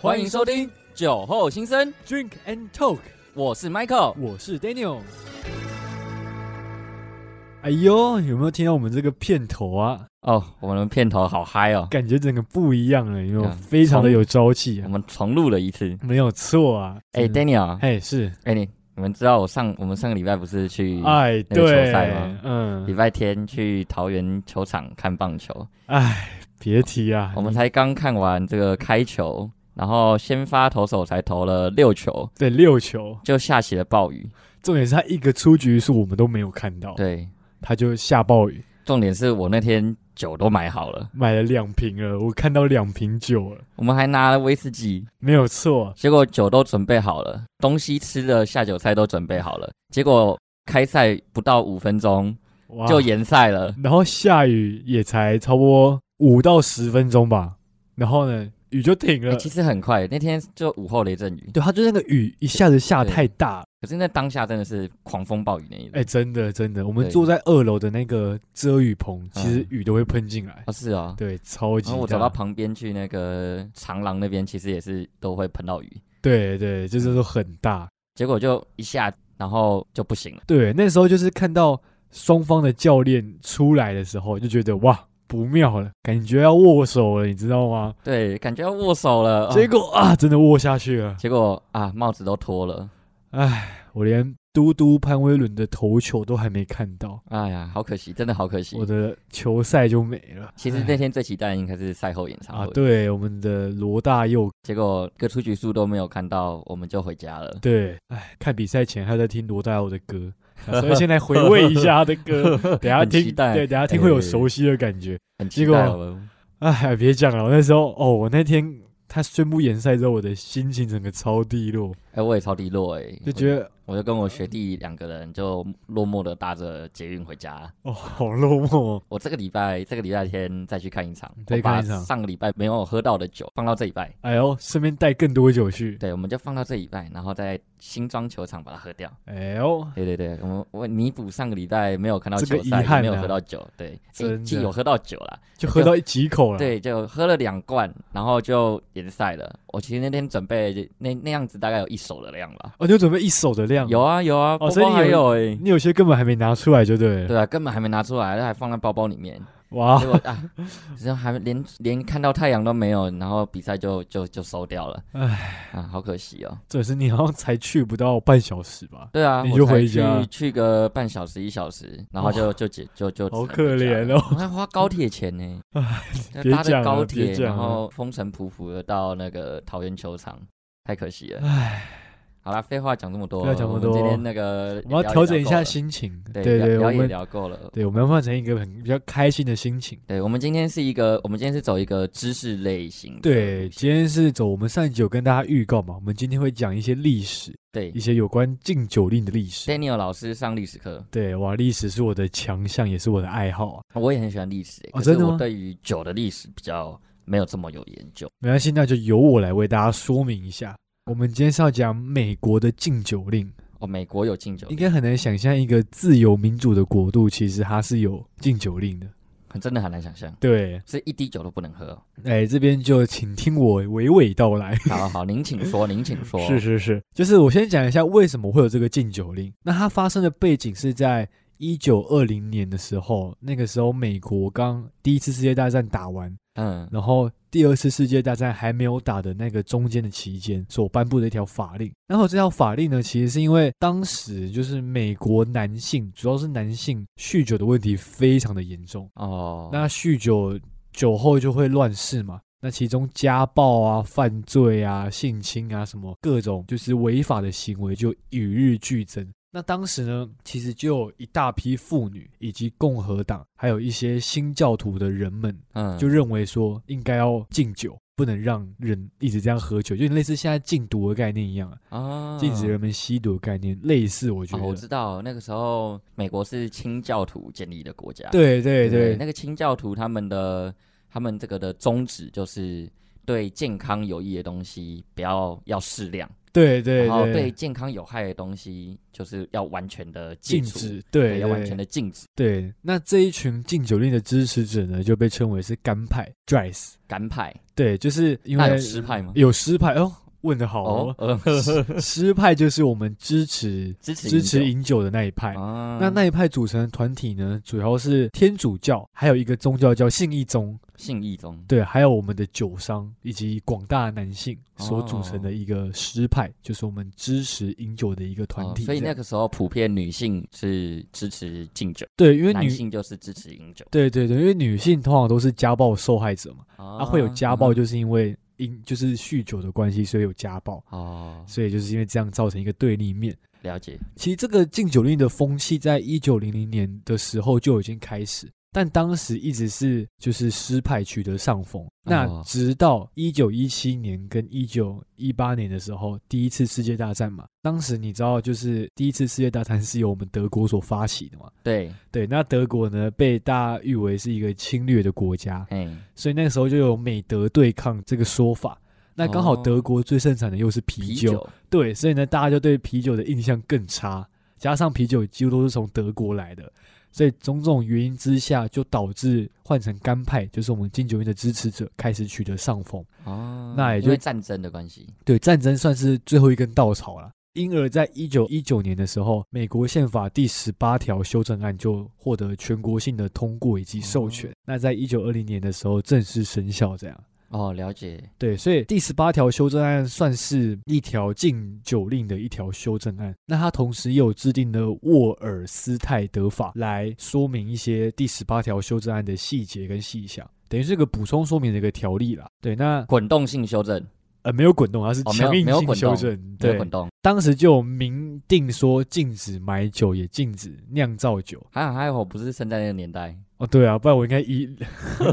欢迎收听酒后心声， Drink and Talk，我是 Michael。我是 Daniel。哎呦，有没有听到我们这个片头啊？哦，我们的片头好嗨哦，感觉整个不一样了，有没有？嗯非常的有朝气我啊，们重录了一次。没有错啊。哎、真的 d a n i e l 哎是，哎、你你们知道我上我们上个礼拜不是去哎那个球对赛吗，礼嗯，拜天去桃园球场看棒球，哎，别提啊，我们才刚看完这个开球，然后先发投手才投了六球，对六球，就下起了暴雨。重点是他一个出局数我们都没有看到，对，他就下暴雨，重点是我那天酒都买好了，买了两瓶了，我看到两瓶酒了，我们还拿了威士忌，没有错，结果酒都准备好了，东西吃的下酒菜都准备好了，结果开赛不到五分钟哇就延赛了，然后下雨也才差不多五到十分钟吧，然后呢，雨就停哎、了。其实很快，那天就午后雷阵雨，对，它就那个雨一下子下对太大，可是那当下真的是狂风暴雨那一种。哎、真的真的，我们对坐在二楼的那个遮雨棚，其实嗯雨都会喷进来，哦，是哦。对，超级然大。后我走到旁边去那个长廊那边，其实也是都会喷到雨，对对，就是说很大。结果就一下，然后就不行了。对，那时候就是看到双方的教练出来的时候，就觉得哇。不妙了，感觉要握手了，你知道吗？对，感觉要握手了，哦结果啊，真的握下去了。结果啊，帽子都脱了，唉，我连嘟嘟潘威伦的头球都还没看到，哎呀，好可惜，真的好可惜我。的球赛就没了。其实那天最期待的应该是赛后演唱啊会，，对，我们的罗大佑，结果各出局数都没有看到，我们就回家了。对，哎，看比赛前还在听罗大佑的 歌，啊所以现在回味一下他的 歌，等下很听期，待对，等下听会有熟悉的感觉。很期待结我们。哎，别讲了，我那时候哦，我那天他宣布延赛之后，我的心情整个超低落，哎、我也超低落哎、就觉得我我就跟我学弟两个人就落寞的搭着捷运回家。哦，好落寞哦。我这个礼拜这个礼拜天再去看一场，再我去把看一场上个礼拜没有喝到的酒放到这礼拜，哎呦，顺便带更多酒去。对，我们就放到这礼拜，然后在新庄球场把它喝掉。哎呦，对对对，我们我弥补上个礼拜没有看到这个球赛，遗憾啊也没有喝到酒，对，哎真的其实有喝到酒啦，就喝到几口了。，对，就喝了两罐，然后就联赛了。我其实那天准备那那样子大概有一手的量吧。哦，你有准备一手的量，有，啊有啊，哦包所以包你还有有哎、你有些根本还没拿出来就对了。对啊，根本还没拿出来，还放在包包里 面。哇结，果啊，然后还没连连看到太阳都没有，然后比赛就就就收掉了。唉，啊，好可惜哦。这也是你好像才去不到半小时吧？对啊，你我就才回家去去个半小时一小时，然后就就解就就好只能回可家怜了哦哎我还花高铁 钱呢。要别搭着讲高了别铁，讲然了后风尘仆仆的到那个桃园球场，太可惜了。唉，好啦，废话讲这么多，废话讲这么多我们今天那个我们要聊也调整一聊够下了，心情。对对聊对，我聊也们聊够了。对我们要换成一个很比较开心的心情。对，我们今天是一个，我们今天是走一个知识类型的对，路线今天是走我们上一集有跟大家预告嘛，我们今天会讲一些历史，对一些有关禁酒令的历史。 ，Daniel 老师上历史课，对，哇，历史是我的强项，也是我的爱好啊。我也很喜欢历史、欸，哦可真是的吗我对于酒的历史比较没有这么有研究。没关系，那就由我来为大家说明一下。我们今天是要讲美国的禁酒令，哦，美国有禁酒应令，该很难想象一个自由民主的国度，其实它是有禁酒令的。真的很难想象，对，是一滴酒都不能喝哦。哎，这边就请听我娓娓道来。好好，您请说，您请说。 是是是，就是我先讲一下为什么会有这个禁酒令。那它发生的背景是在一九二零年的时候，那个时候美国刚第一次世界大战打完，嗯，然后第二次世界大战还没有打的那个中间的期间所颁布的一条法令。然后这条法令呢，其实是因为当时就是美国男性，主要是男性酗酒的问题非常的严重。哦，那酗酒酒后就会乱世嘛。那其中家暴啊、犯罪啊、性侵啊什么各种就是违法的行为就与日俱增。那当时呢，其实就有一大批妇女以及共和党，还有一些新教徒的人们，嗯，就认为说应该要禁酒，不能让人一直这样喝酒，就类似现在禁毒的概念一样啊，啊，禁止人们吸毒的概念类似，我觉哦，得。我知道那个时候美国是清教徒建立的国家，对对不对，那个清教徒他们的他们这个的宗旨就是对健康有益的东西不要要适量，对对然后对，对健康有害的东西就是要完全的禁除，止，对，要对完全的禁止。对。那这一群禁酒令的支持者呢，就被称为是干派 （dries）。干派对，就是因那为有失派吗？有失派哦，问的好哦哦，，呃 失派就是我们支持支持支持 饮饮酒的那一派酒。啊，那那一派组成的团体呢，主要是天主教，还有一个宗教叫信义宗，信义宗对，还有我们的酒商以及广大男性哦所组成的一个师派，就是我们支持饮酒的一个团哦体这样、所以那个时候普遍女性是支持敬酒，对，因为男女性就是支持饮酒对对对，因为女性通常都是家暴受害者嘛，啊，会有家暴嗯就是因为因就是酗酒的关系，所以有家暴，哦，所以就是因为这样造成一个对立面。了解其实这个禁酒令的风气，在一九零零年的时候就已经开始，但当时一直是就是狮派取得上风。那直到一九一七年跟一九一八年的时候，第一次世界大战嘛，当时你知道，就是第一次世界大战是由我们德国所发起的嘛。对，对，那德国呢被大家誉为是一个侵略的国家，哎，所以那个时候就有美德对抗这个说法。那刚好哦德国最盛产的又是啤啤酒，啊酒对，所以呢，大家就对啤酒的印象更差，加上啤酒几乎都是从德国来的，所以种种原因之下，就导致换成干派，就是我们禁酒令的支持者开始取得上风。哦，那也因就为战争的关系，对，战争算是最后一根稻草了。因而，在一九一九年的时候，美国宪法第十八条修正案就获得全国性的通过以及授权。哦那在一九二零年的时候正式生效，这样。哦，了解，对，所以第十八条修正案算是一条禁酒令的一条修正案。那它同时也有制定的沃尔斯泰德法来说明一些第十八条修正案的细节跟细项，等于是个补充说明的一个条例啦。对，那滚动性修正，呃没有滚动，它是哦没有强硬没有性滚修动正。没有对滚，动，当时就有明定说禁止买酒，也禁止酿造酒。还好还好，不是生在那个年代，哦，对啊，不然我应该移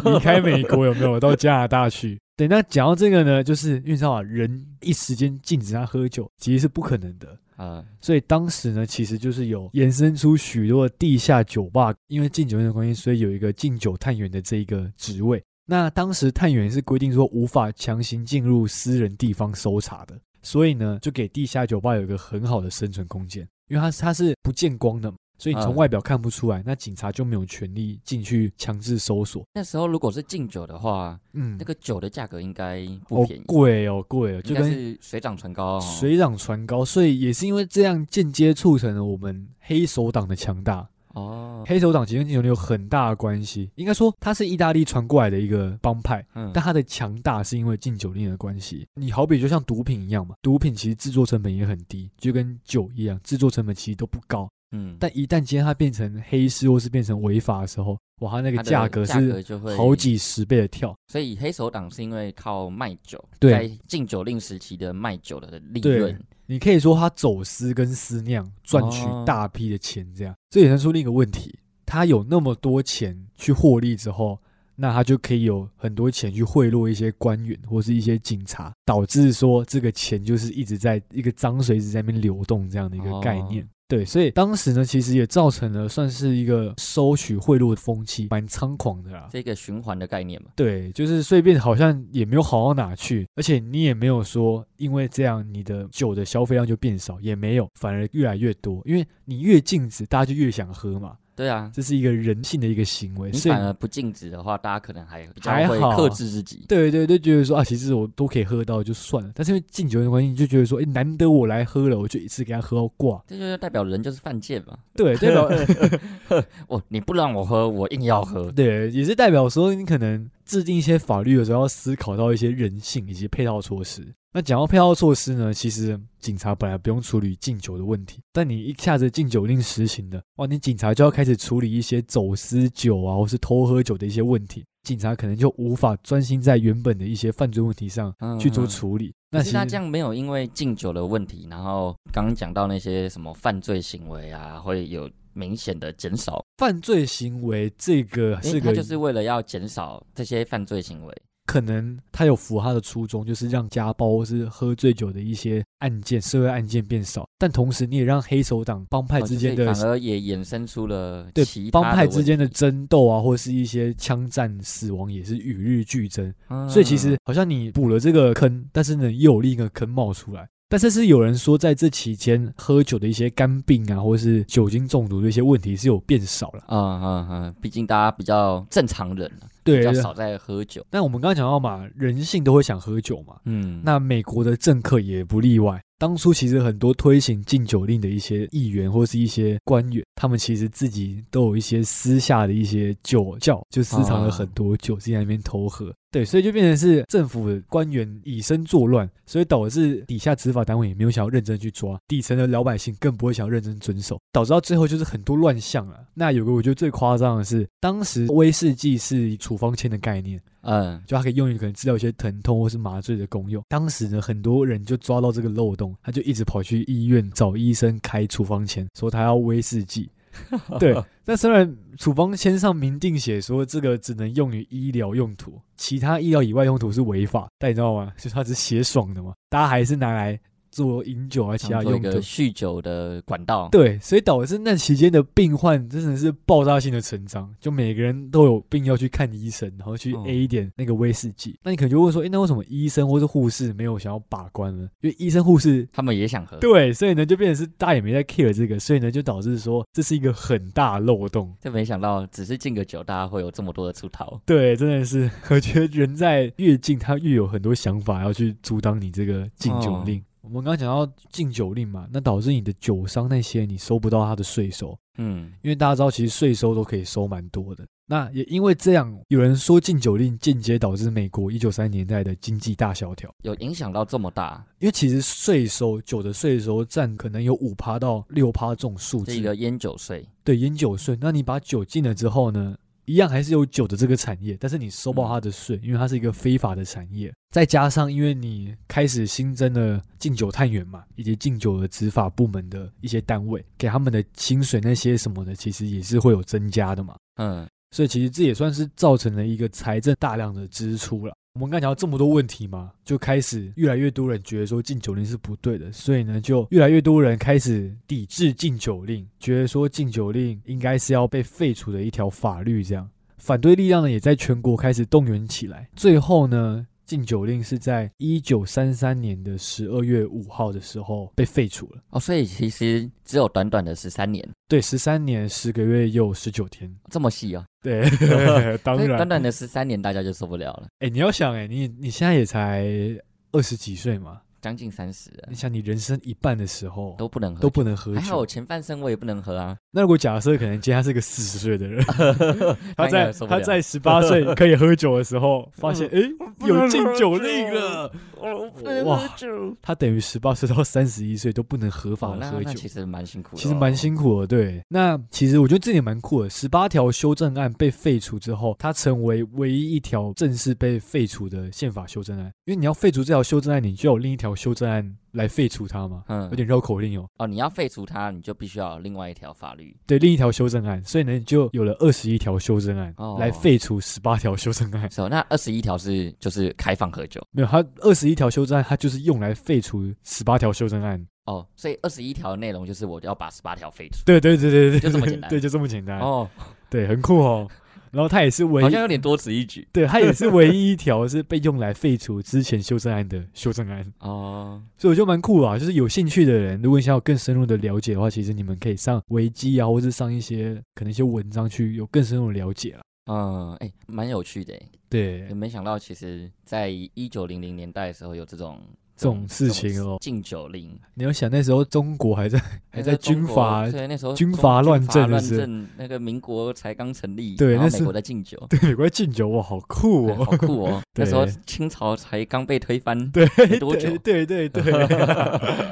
离开美国有没有？我到加拿大去。对，那讲到这个呢，就是因为你知道啊，人一时间禁止他喝酒，其实是不可能的。呃，所以当时呢，其实就是有衍生出许多的地下酒吧，因为禁酒令的关系，所以有一个禁酒探员的这一个职位。那当时探员是规定说无法强行进入私人地方搜查的，所以呢，就给地下酒吧有一个很好的生存空间，因为它它是不见光的嘛，所以你从嗯外表看不出来，那警察就没有权利进去强制搜索。那时候如果是敬酒的话，嗯那，个酒的价格应该不哦便宜，贵哦贵哦，就应该跟是水涨船高哦，水涨船高，所以也是因为这样间接促成了我们黑手党的强大。哦，黑手党其实跟禁酒令有很大的关系，应该说它是意大利传过来的一个帮派，嗯但它的强大是因为禁酒令的关系。你好比就像毒品一样嘛，毒品其实制作成本也很低，就跟酒一样，制作成本其实都不高。嗯，但一旦今天它变成黑市或是变成违法的时候，哇，它那个它的价格价是格就会好几十倍的跳。所以黑手党是因为靠卖酒，对在禁酒令时期的卖酒的利对润，你可以说他走私跟私酿赚取哦大批的钱，这样，这衍生出另一个问题：他有那么多钱去获利之后，那他就可以有很多钱去贿赂一些官员或是一些警察，导致说这个钱就是一直在一个脏水一直在那边流动这样的一个概念。对，所以当时呢，其实也造成了算是一个收取贿赂的风气，蛮猖狂的啊啦。这个循环的概念嘛。对，就是随便好像也没有好到哪去，而且你也没有说因为这样你的酒的消费量就变少，也没有，反而越来越多，因为你越禁止，大家就越想喝嘛，对啊，这是一个人性的一个行为，你所以反而不禁止的话，大家可能还比较还会好克制自己。对对对，就觉得说啊，其实我都可以喝到就算了，但是因为禁酒的关系，你就觉得说，哎，难得我来喝了，我就一次给他喝到挂，这就是代表人就是犯贱嘛！对，代表。哦，你不让我喝，我硬要喝对，也是代表说你可能制定一些法律的时候要思考到一些人性以及配套措施。那讲到配套措施呢，其实警察本来不用处理禁酒的问题，但你一下子禁酒令实行的，哇，你警察就要开始处理一些走私酒啊，或是偷喝酒的一些问题，警察可能就无法专心在原本的一些犯罪问题上嗯去做嗯处理。那可其是实他这样没有因为敬酒的问题，然后刚刚讲到那些什么犯罪行为啊，会有明显的减少，犯罪行为这个因是为他个就是为了要减少这些犯罪行为。可能他有符合他的初衷，就是让家暴或是喝醉酒的一些案件、社会案件变少，但同时你也让黑手党帮派哦之就是间的、反而也衍生出了对其他帮派之间的问题争斗啊，或是一些枪战、死亡也是与日俱增。嗯所以其实好像你补了这个坑，但是呢又有另一个坑冒出来。但是是有人说，在这期间喝酒的一些肝病啊，或是酒精中毒的一些问题是有变少了。啊啊啊！毕竟大家比较正常人了，比对较，少在喝酒。但我们刚刚讲到嘛，人性都会想喝酒嘛，嗯，那美国的政客也不例外。当初其实很多推行禁酒令的一些议员或是一些官员，他们其实自己都有一些私下的一些酒窖，就私藏了很多酒，自己在那边偷喝。对，所以就变成是政府官员以身作乱，所以导致底下执法单位也没有想要认真去抓，底层的老百姓更不会想要认真遵守，导致到最后就是很多乱象啊。那有个我觉得最夸张的是，当时威士忌是处方签的概念。嗯就它可以用于可能治疗一些疼痛或是麻醉的功用。当时呢，很多人就抓到这个漏洞，他就一直跑去医院找医生开处方签，说他要威士忌。 对，那虽然处方签上明定写说这个只能用于医疗用途，其他医疗以外用途是违法，但你知道吗？ 就是它只是写爽的嘛，大家还是拿来做饮酒啊，其他当做一用个途。酗酒的管道。对，所以导致那期间的病患真的是爆炸性的成长，就每个人都有病要去看医生，然后去嗯 A 一点那个威士忌。那你可能就会问说，诶，那为什么医生或是护士没有想要把关呢？因为医生护士。他们也想喝，对，所以呢，就变成是大家也没在 care 这个，所以呢，就导致说这是一个很大漏洞。但没想到只是敬个酒，大家会有这么多的出逃。对，真的是，我觉得人在越近，他越有很多想法要去阻挡你这个禁酒令。我们刚刚讲到禁酒令嘛，那导致你的酒商那些你收不到他的税收，嗯因为大家知道，其实税收都可以收蛮多的。那也因为这样，有人说禁酒令间接导致美国一九三年代的经济大萧条，有影响到这么大，因为其实税收酒的税收占可能有五趴到六趴这种数这字，个烟酒税，对烟酒税。那你把酒禁了之后呢，一样还是有酒的这个产业，但是你收不到它的税，嗯因为它是一个非法的产业。再加上因为你开始新增了禁酒探员嘛，以及禁酒的执法部门的一些单位，给他们的薪水那些什么的，其实也是会有增加的嘛。嗯，所以其实这也算是造成了一个财政大量的支出了。我们刚才讲到这么多问题嘛，就开始越来越多人觉得说禁酒令是不对的，所以呢，就越来越多人开始抵制禁酒令，觉得说禁酒令应该是要被废除的一条法律这样。反对力量呢，也在全国开始动员起来。最后呢，禁酒令是在一九三三年的十二月五号的时候被废除了。哦，所以其实只有短短的十三年，对，十三年十个月又十九天。这么细啊，对， 当所以然，短短的十三年大家就受不了了，哎、你要想、哎，你你现在也才二十几岁嘛，将近三十了你想你人生一半的时候都不能喝，嗯都不能喝还好我酒。前半生我也不能喝啊，那如果假设可能今天他是个四十岁的 人，他那应在该受不他了在十八岁可以喝酒的时候，发现哎、嗯不能有喝禁酒令酒了，我不能喝酒，他等于十八岁到三十一岁都不能合法哦，的那喝那酒。其实蛮辛苦的哦，其实蛮辛苦的，对。那其实我觉得这点蛮酷的。十八条修正案被废除之后，它成为唯一一条正式被废除的宪法修正案。因为你要废除这条修正案，你就要有另一条修正案来废除它嘛，嗯有点绕口令哦。哦，你要废除它，你就必须要有另外一条法律，对，另一条修正案，所以呢，你就有了二十一条修正案哦来废除十八条修正案。是哦，那二十一条是就是开放喝酒。没有，它二十一条修正案，它就是用来废除十八条修正案。哦，所以二十一条的内容就是我要把十八条废除。对对对对对，就这么简 单对，就这么简单。哦，对，很酷哦。然后它也是唯一好像有点多此一举。 对，它也是唯一一条是被用来废除之前修正案的修正案，哦，所以我觉得蛮酷啊。就是有兴趣的人，如果你想要更深入的了解的话，其实你们可以上维基啊，或是上一些可能一些文章去有更深入的了解了。嗯，哎，蛮有趣的诶，对也，没想到其实在一九零零年代的时候有这种这种事情哦禁酒令，你要想那时候中国还在 还在军中国阀，对，那时候军中阀乱军政乱是不是政，那个民国才刚成立，对然后那是美国在禁酒。对美国在禁酒，哇，好酷哎哦！ 好酷哦！那时候对清朝才刚被推翻，对，哎没多久对对对对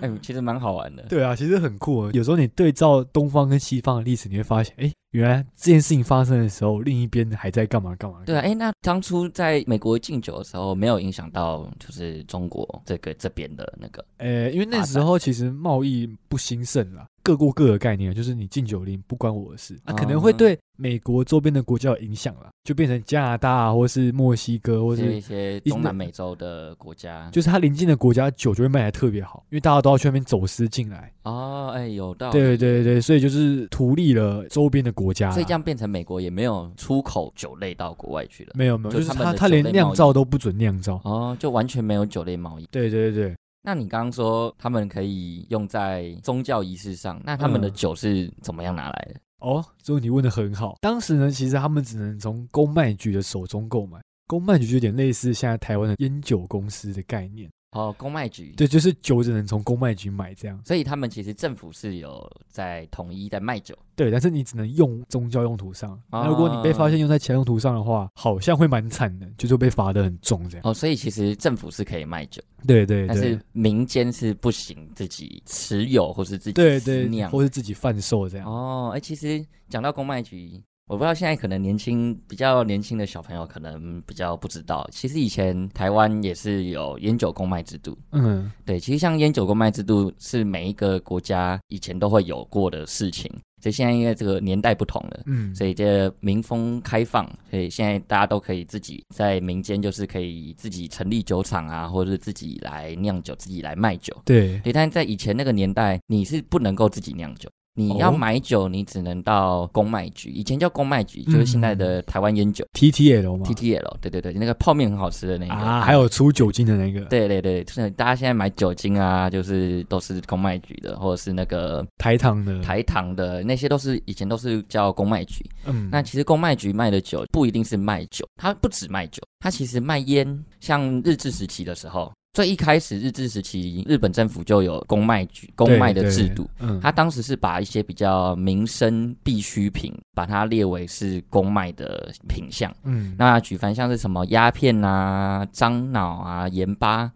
哎，其实蛮好玩的。对啊，其实很酷哦。有时候你对照东方跟西方的历史，你会发现，哎，原来这件事情发生的时候，另一边还在干嘛干嘛。对啊，哎，那当初在美国禁酒的时候，没有影响到就是中国这个这边的那个呃，因为那发时候其实贸易不兴盛啦，各过各的概念，就是你禁酒令不关我的事，那、可能会嗯对美国周边的国家有影响啦，就变成加拿大、啊、或是墨西哥，或是是一些一中直南美洲的国家。就是它邻近的国家酒就会卖的特别好，因为大家都要去那边走私进来。哦，哎，有道理。对对对，所以就是图利了周边的国家啦。所以这样变成美国也没有出口酒类到国外去了。没有没有，就就是是他们它的它酒连类贸哦酿易造都不准酿造。哦，就完全没有酒类贸易。对对对，那你刚刚说他们可以用在宗教仪式上，那他们的嗯酒是怎么样拿来的？哦，这个问题问的很好。当时呢，其实他们只能从公卖局的手中购买。公卖局就有点类似现在台湾的烟酒公司的概念，哦，公卖局。对，就是酒只能从公卖局买这样。所以他们其实政府是有在统一在卖酒，对，但是你只能用宗教用途上。啊那如果你被发现用在其他用途上的话，好像会蛮惨的，就是会被罚的很重这样。哦，所以其实政府是可以卖酒，对对但对是。民间是不行自己持有或是自己对私对，酿。或是自己贩售这样，哦，哎、其实讲到公卖局，我不知道现在可能年轻比较年轻的小朋友可能比较不知道，其实以前台湾也是有烟酒公卖制度。嗯，对，其实像烟酒公卖制度是每一个国家以前都会有过的事情，所以现在因为这个年代不同了。嗯，所以这民风开放，所以现在大家都可以自己在民间，就是可以自己成立酒厂啊，或者是自己来酿酒，自己来卖酒。对，对，但是在以前那个年代，你是不能够自己酿酒，你要哦买酒，你只能到公卖局，以前叫公卖局，就是现在的台湾烟酒、 TTL 嘛 TTL，对对对，那个泡面很好吃的那个嗯啊，还。有出酒精的那个对对对，就是大家现在买酒精啊，就是都是公卖局的，或者是那个台糖的，台糖的，那些都是以前都是叫公卖局。嗯，那其实公卖局卖的酒不一定是卖酒，它不止卖酒，它其实卖烟。像日治时期的时候，最一开始日治时期，日本政府就有公卖局公对卖的制，度对。嗯，他当时是把一些比较民生必需品，把它列为是公卖的品项。嗯，那举凡像是什么鸦片啊、樟脑啊、盐巴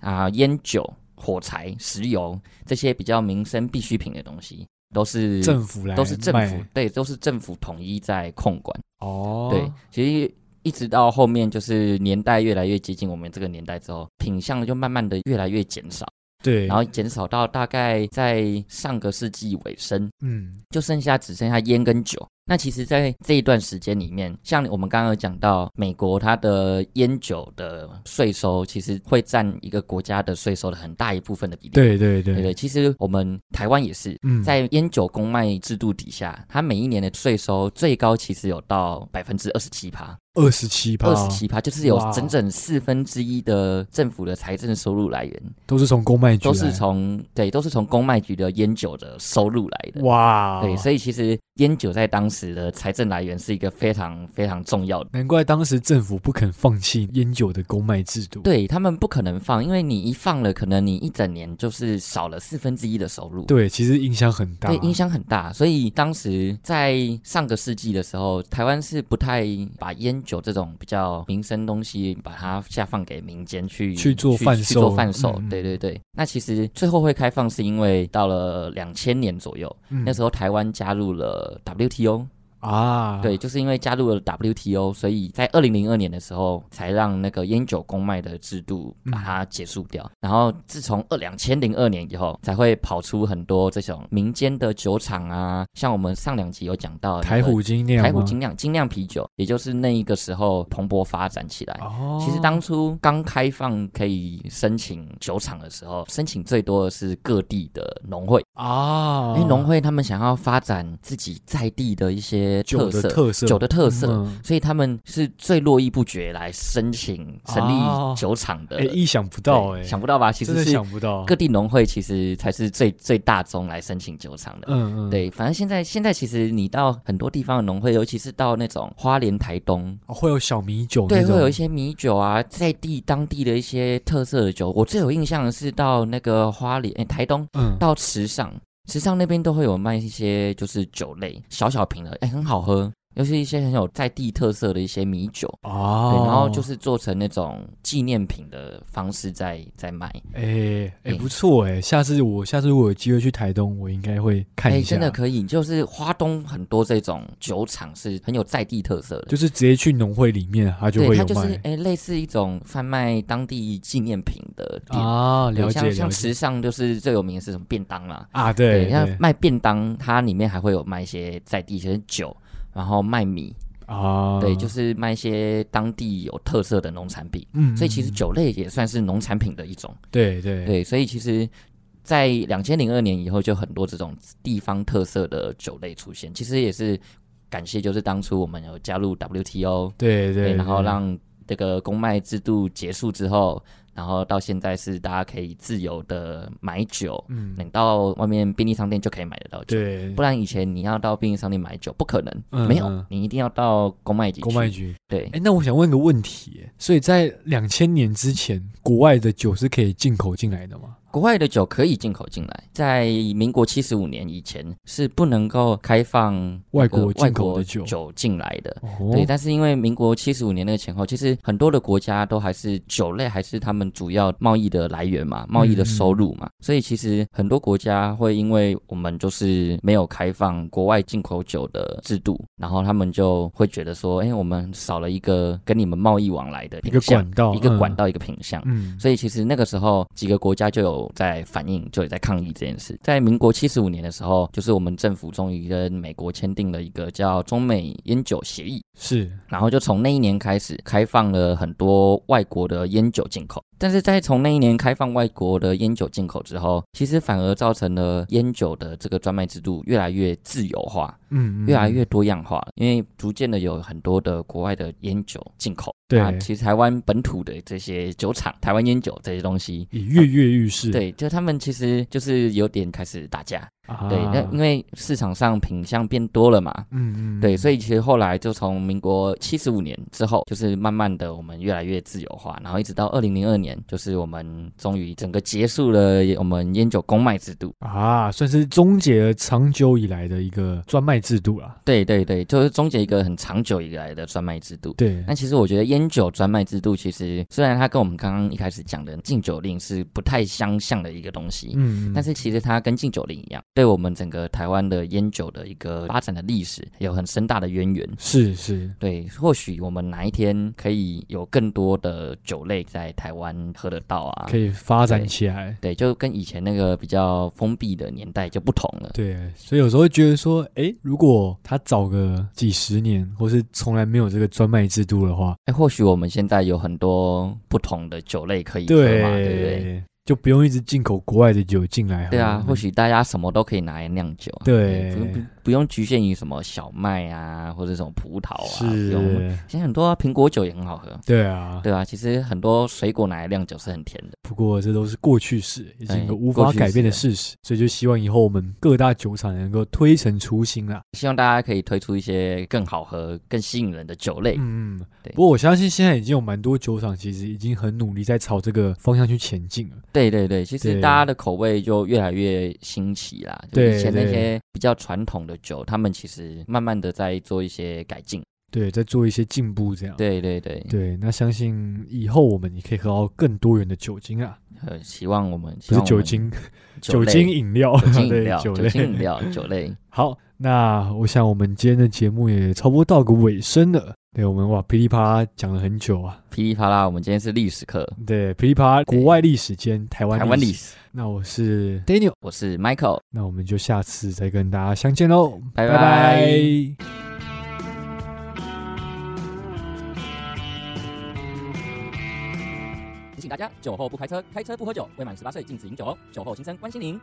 啊、烟酒、火柴、石油这些比较民生必需品的东西，都是政府来都是政府卖对，都是政府统一在控管。哦，对，其实一直到后面就是年代越来越接近我们这个年代之后，品相就慢慢的越来越减少，对，然后减少到大概在上个世纪尾声，嗯就剩下只剩下烟跟酒。那其实，在这一段时间里面，像我们刚刚有讲到，美国它的烟酒的税收其实会占一个国家的税收的很大一部分的比例。对对对对，对，其实我们台湾也是，嗯，在烟酒公卖制度底下，它每一年的税收最高其实有到百分之二十七趴，二十七趴，二十七趴就是有哦哇整整四分之一的政府的财政收入来源，都是从公卖局都来，是从对，都是从公卖局的烟酒的收入来的。哇，哦对，所以其实烟酒在当时的财政来源是一个非常非常重要的。难怪当时政府不肯放弃烟酒的公卖制度，对他们不可能放，因为你一放了，可能你一整年就是少了四分之一的收入。对，其实影响很大，对，影响很大。所以当时在上个世纪的时候，台湾是不太把烟酒这种比较民生东西，把它下放给民间去去做贩售去做贩售。嗯对对对。那其实最后会开放，是因为到了两千年左右，嗯那时候台湾加入了 WTO，、啊，对，就是因为加入了 WTO，所以在二零零二年的时候，才让那个烟酒公卖的制度嗯把它结束掉。然后自从二两千零二年以后，才会跑出很多这种民间的酒厂啊，像我们上两集有讲到那个台虎精酿吗，台虎精酿精酿啤酒，也就是那一个时候蓬勃发展起来。哦，其实当初刚开放可以申请酒厂的时候，申请最多的是各地的农会，啊，因为农会他们想要发展自己在地的一些酒的特色，特色，酒的特色，嗯所以他们是最络绎不绝来申请成哦立酒厂的。哎，意想不到呃对哎，想不到吧？其真实的是想不到，各地农会其实才是最最大宗来申请酒厂的。嗯嗯，对，反正现在现在其实你到很多地方的农会，尤其是到那种花莲、台东，哦，会有小米酒那对，种，会有一些米酒啊，在地当地的一些特色的酒。我最有印象的是到那个花莲、诶哎台东嗯，到池上，池上那边都会有卖一些就是酒类，小小瓶的，哎、很好喝，又是一些很有在地特色的一些米酒。哦，对，然后就是做成那种纪念品的方式在在卖，哎、欸、哎、哎不错哎、下次我下次我有机会去台东，我应该会看哎，一下，真的可以，就是花东很多这种酒厂是很有在地特色的，就是直接去农会里面，它就对，会它有就是卖、哎类似一种贩卖当地纪念品的店，啊，对了解像了像解时尚就是最有名的是什么便当啦，啊，对像对卖便当，它里面还会有卖一些在地一些酒。然后卖米，啊，对，就是卖一些当地有特色的农产品，嗯，所以其实嗯酒类也算是农产品的一种。对对对，所以其实，在两千零二年以后，就很多这种地方特色的酒类出现。其实也是感谢，就是当初我们有加入 WTO，对对然后对让这个公卖制度结束之后，然后到现在是大家可以自由的买酒，嗯，你到外面便利商店就可以买得到酒。对不，然以前你要到便利商店买酒不可能，嗯没有嗯，你一定要到公卖局。公卖，局。对哎、，那我想问个问题耶，所以在两千年之前，国外的酒是可以进口进来的吗？国外的酒可以进口进来，在民国七十五年以前是不能够开放那外个国外进口国的酒，酒进来的。哦对，但是因为民国七十五年那个前后，其实很多的国家都还是酒类还是他们主要贸易的来源嘛，贸易的收入嗯嘛，所以其实很多国家会因为我们就是没有开放国外进口酒的制度，然后他们就会觉得说，哎，我们少了一个跟你们贸易往来的一品个项管道，一个管嗯，道，一个品项。嗯，所以其实那个时候几个国家就有在反映，就有在抗议这件事。在民国七十五年的时候，就是我们政府终于跟美国签订了一个叫《中美烟酒协议》。是然后就从那一年开始开放了很多外国的烟酒进口。但是在从那一年开放外国的烟酒进口之后，其实反而造成了烟酒的这个专卖制度越来越自由化，嗯，嗯越来越多样化了，因为逐渐的有很多的国外的烟酒进口。对啊其实台湾本土的这些酒厂、台湾烟酒这些东西。也跃跃欲试，对，就他们其实就是有点开始打架，啊，对，那因为市场上品相变多了嘛，嗯嗯，对，所以以其实后来就从民国七十五年之后，就是慢慢的我们越来越自由化，然后一直到二零零二年，就是我们终于整个结束了我们烟酒公卖制度。啊，算是终结了长久以来的一个专卖制度啦。对对对，就是终结一个很长久以来的专卖制度。对，但其实我觉得烟酒专卖制度，其实虽然它跟我们刚刚一开始讲的禁酒令是不太相像的一个东西，嗯，嗯但是其实它跟禁酒令一样，对我们整个台湾的烟酒的一个发展的历史有很深大的渊源。是是，对，或许我们哪一天可以有更多的酒类在台湾喝得到啊可。以发展对起来。对，就跟以前那个比较封闭的年代就不同了。对，所以有时候会觉得说，诶，如果他早个几十年，或是从来没有这个专卖制度的话，哎，或许我们现在有很多不同的酒类可以喝对，嘛，对不对？就不用一直进口国外的酒进来喝。对啊，或许大家什么都可以拿来酿酒啊，对不用不不用局限于什么小麦啊，或者什么葡萄啊，不用是，现在很多啊苹果酒也很好喝，对啊。对啊，其实很多水果拿来酿酒是很甜的。不过这都是过去式，已经哎有无过法去改变的式事实，所以就希望以后我们各大酒厂能够推陈出新啦。希望大家可以推出一些更好喝、更吸引人的酒类。嗯，嗯对不过我相信现在已经有蛮多酒厂其实已经很努力在朝这个方向去前进了。对对对，其实对大家的口味就越来越新奇啦。就对以前那对些比较传统的酒，他们其实慢慢的在做一些改进。对，在做一些进步这样。对对对，啊对，那相信以后我们也可以喝到更多元的酒精啊，呃，希望我们不希是望我酒们精，酒酒类精饮料，酒精 饮对料、酒酒精饮类。料、酒类。好，那我想我们今天的节目也差不多到个尾声了。对我们哇噼里啪啦讲了很久啊，噼里啪啦，我们今天是历史课，对噼里啪啦国对外历史兼台湾台湾历历史。史。那我是 Daniel，我是 Michael，那我们就下次再跟大家相见喽，拜拜拜提醒大家：酒后不开车，开车不喝酒，未满十八岁禁止饮酒哦。酒后心生关心您。